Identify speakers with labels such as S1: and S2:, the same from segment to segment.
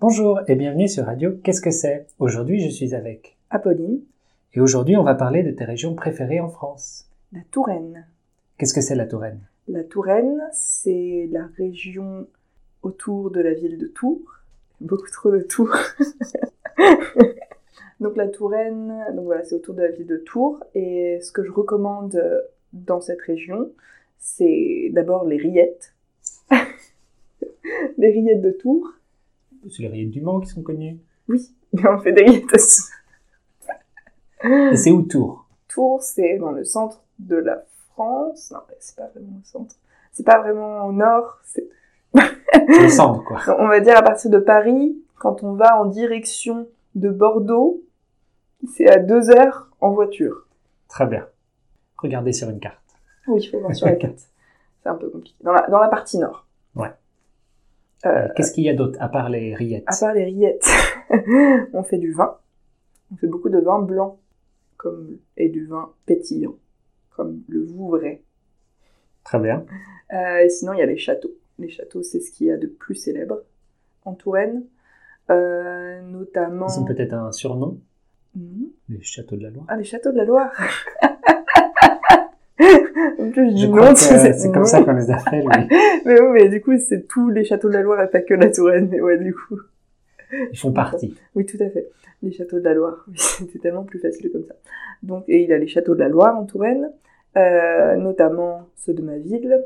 S1: Bonjour et bienvenue sur Radio Qu'est-ce que c'est Aujourd'hui, je suis avec.
S2: Apolline,
S1: Et aujourd'hui, on va parler de tes régions préférées en France.
S2: la Touraine.
S1: Qu'est-ce que c'est la Touraine
S2: La Touraine, c'est la région autour de la ville de Tours. Beaucoup trop de Tours. donc la Touraine, donc voilà, c'est autour de la ville de Tours. Et ce que je recommande euh, dans cette région, c'est d'abord les rillettes. les rillettes de Tours.
S1: C'est les rillettes du Mans qui sont connues.
S2: Oui, mais on fait des rillettes aussi.
S1: Et c'est où Tours
S2: Tours, c'est dans le centre de la France. Non, mais c'est pas vraiment au centre. C'est pas vraiment au nord. c'est-
S1: C'est le centre, quoi.
S2: Donc, On va dire à partir de Paris, quand on va en direction de Bordeaux, c'est à deux heures en voiture.
S1: Très bien. Regardez sur une carte.
S2: Oui, il faut voir sur la carte. C'est un peu compliqué. Dans la, dans la partie nord.
S1: Ouais.
S2: Euh,
S1: Qu'est-ce qu'il y a d'autre à part les rillettes
S2: à part les rillettes, on fait du vin. On fait beaucoup de vin blanc comme, et du vin pétillant, comme le Vouvray.
S1: Très bien.
S2: Euh, et sinon, il y a les châteaux. Les châteaux, c'est ce qu'il y a de plus célèbre en Touraine. Euh, notamment...
S1: Ils ont peut-être un surnom,
S2: Mhm.
S1: les châteaux de la Loire.
S2: Ah, les châteaux de la Loire En plus, je dis
S1: Je
S2: non,
S1: crois
S2: tu
S1: que
S2: sais,
S1: euh, c'est comme
S2: non.
S1: ça qu'on les appelle. oui.
S2: Mais oui, mais du coup, c'est tous les châteaux de la Loire et pas que la Touraine, mais ouais, du coup.
S1: Ils font partie.
S2: Oui, tout à fait. Les châteaux de la Loire, oui, c'était tellement plus facile comme ça. Donc, et il a les châteaux de la Loire en Touraine, euh, notamment ceux de ma ville,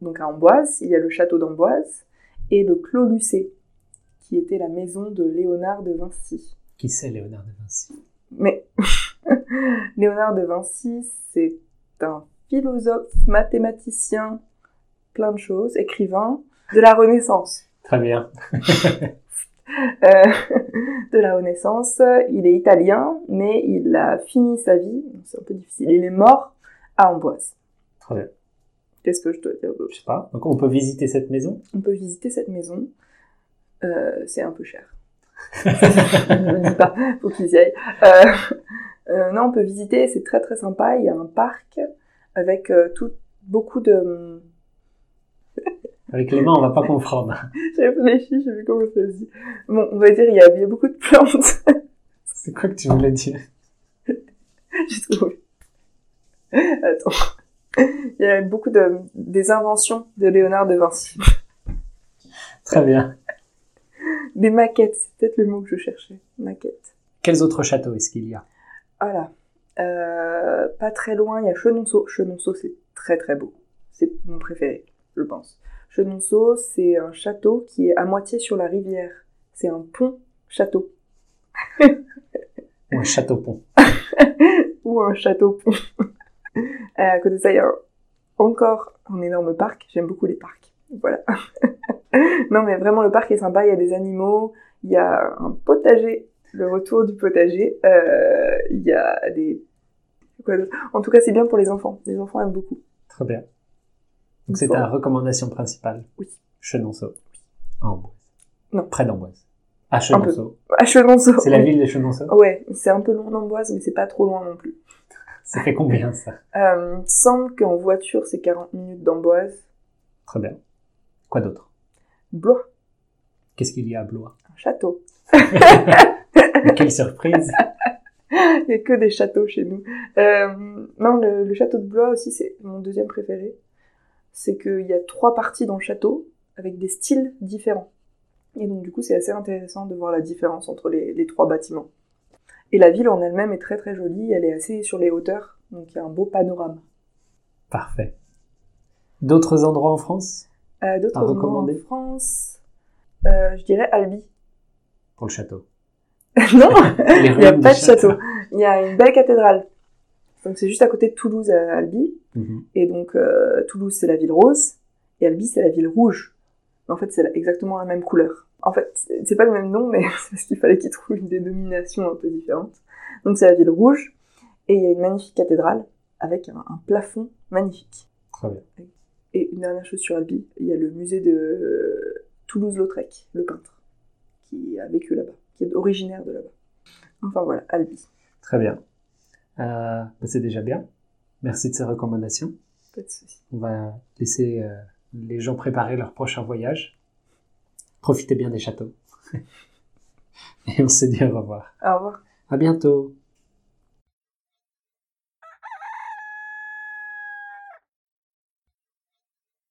S2: donc à Amboise. Il y a le château d'Amboise et le Clos Lucé, qui était la maison de Léonard de Vinci.
S1: Qui c'est Léonard de Vinci
S2: Mais Léonard de Vinci, c'est un philosophe, mathématicien, plein de choses, écrivain de la Renaissance.
S1: Très bien.
S2: Euh, de la Renaissance, il est italien, mais il a fini sa vie, c'est un peu difficile, il est mort à Amboise.
S1: Très bien.
S2: Qu'est-ce que je dois dire d'autre
S1: Je sais pas. Donc on peut visiter cette maison.
S2: On peut visiter cette maison, Euh, c'est un peu cher. Je sais pas, faut qu'ils y aillent. Euh, euh, non, on peut visiter, c'est très très sympa. Il y a un parc avec euh, tout, beaucoup de.
S1: Avec les mains, on va pas comprendre.
S2: J'ai réfléchi, j'ai vu comment ça se dit. Bon, on va dire, il y a, il y a beaucoup de plantes.
S1: C'est quoi que tu voulais dire
S2: j'ai trouvé. Attends. Il y a beaucoup de, des inventions de Léonard de Vinci.
S1: Très bien.
S2: Des maquettes, c'est peut-être le mot que je cherchais. Maquettes.
S1: Quels autres châteaux est-ce qu'il y a
S2: Voilà. Euh, pas très loin, il y a Chenonceau. Chenonceau, c'est très très beau. C'est mon préféré, je pense. Chenonceau, c'est un château qui est à moitié sur la rivière. C'est un pont-château.
S1: Ou un château-pont
S2: Ou un château-pont. Euh, à côté de ça, il y a un- encore un énorme parc. J'aime beaucoup les parcs. Voilà. non, mais vraiment, le parc est sympa. Il y a des animaux. Il y a un potager. Le retour du potager. Euh, il y a des. quoi d'autre en tout cas, c'est bien pour les enfants. Les enfants aiment beaucoup.
S1: Très bien. Donc c'est
S2: Bon.
S1: ta recommandation principale
S2: Oui.
S1: Chenonceau. À Amboise.
S2: Non.
S1: Près d'Amboise. À Chenonceau.
S2: À Chenonceau.
S1: C'est la ville de Chenonceau
S2: Ouais, c'est un peu loin d'Amboise, mais c'est pas trop loin non plus.
S1: Ça fait combien ça
S2: Euh, il me semble qu'en voiture, c'est 40 minutes d'Amboise.
S1: Très bien. Quoi d'autre
S2: Blois,
S1: Qu'est-ce qu'il y a à Blois
S2: un château.
S1: Mais Quelle surprise
S2: Il n'y a que des châteaux chez nous. Euh, non, le, le château de Blois aussi, c'est mon deuxième préféré. C'est qu'il y a trois parties dans le château, avec des styles différents. Et donc, du coup, c'est assez intéressant de voir la différence entre les, les trois bâtiments. Et la ville en elle-même est très très jolie, elle est assez sur les hauteurs, donc il y a un beau panorama.
S1: Parfait. D'autres endroits en France
S2: Euh, D'autres
S1: À
S2: endroits
S1: recommander.
S2: en France, euh, je dirais Albi.
S1: Pour le château.
S2: non,
S1: Il
S2: il n'y a pas de château. Il y a une belle cathédrale. Donc c'est juste à côté de Toulouse, à Albi.
S1: Mhm.
S2: Et donc euh, Toulouse, c'est la ville rose. Et Albi, c'est la ville rouge. Mais en fait, c'est la- exactement la même couleur. En fait, c'est- c'est pas le même nom, mais c'est parce qu'il fallait qu'ils trouvent une dénomination un peu différente. Donc c'est la ville rouge. Et il y a une magnifique cathédrale avec un, un plafond magnifique.
S1: Très bien.
S2: Et une dernière chose sur Albi, il y a le musée de euh, Toulouse-Lautrec, le peintre, qui a vécu là-bas, qui est originaire de là-bas. Enfin voilà, Albi.
S1: Très bien. Euh, bah, c'est déjà bien. Merci de ces recommandations.
S2: Pas de soucis.
S1: On va laisser euh, les gens préparer leur prochain voyage. Profitez bien des châteaux. Et on se dit au revoir.
S2: Au revoir.
S1: À bientôt.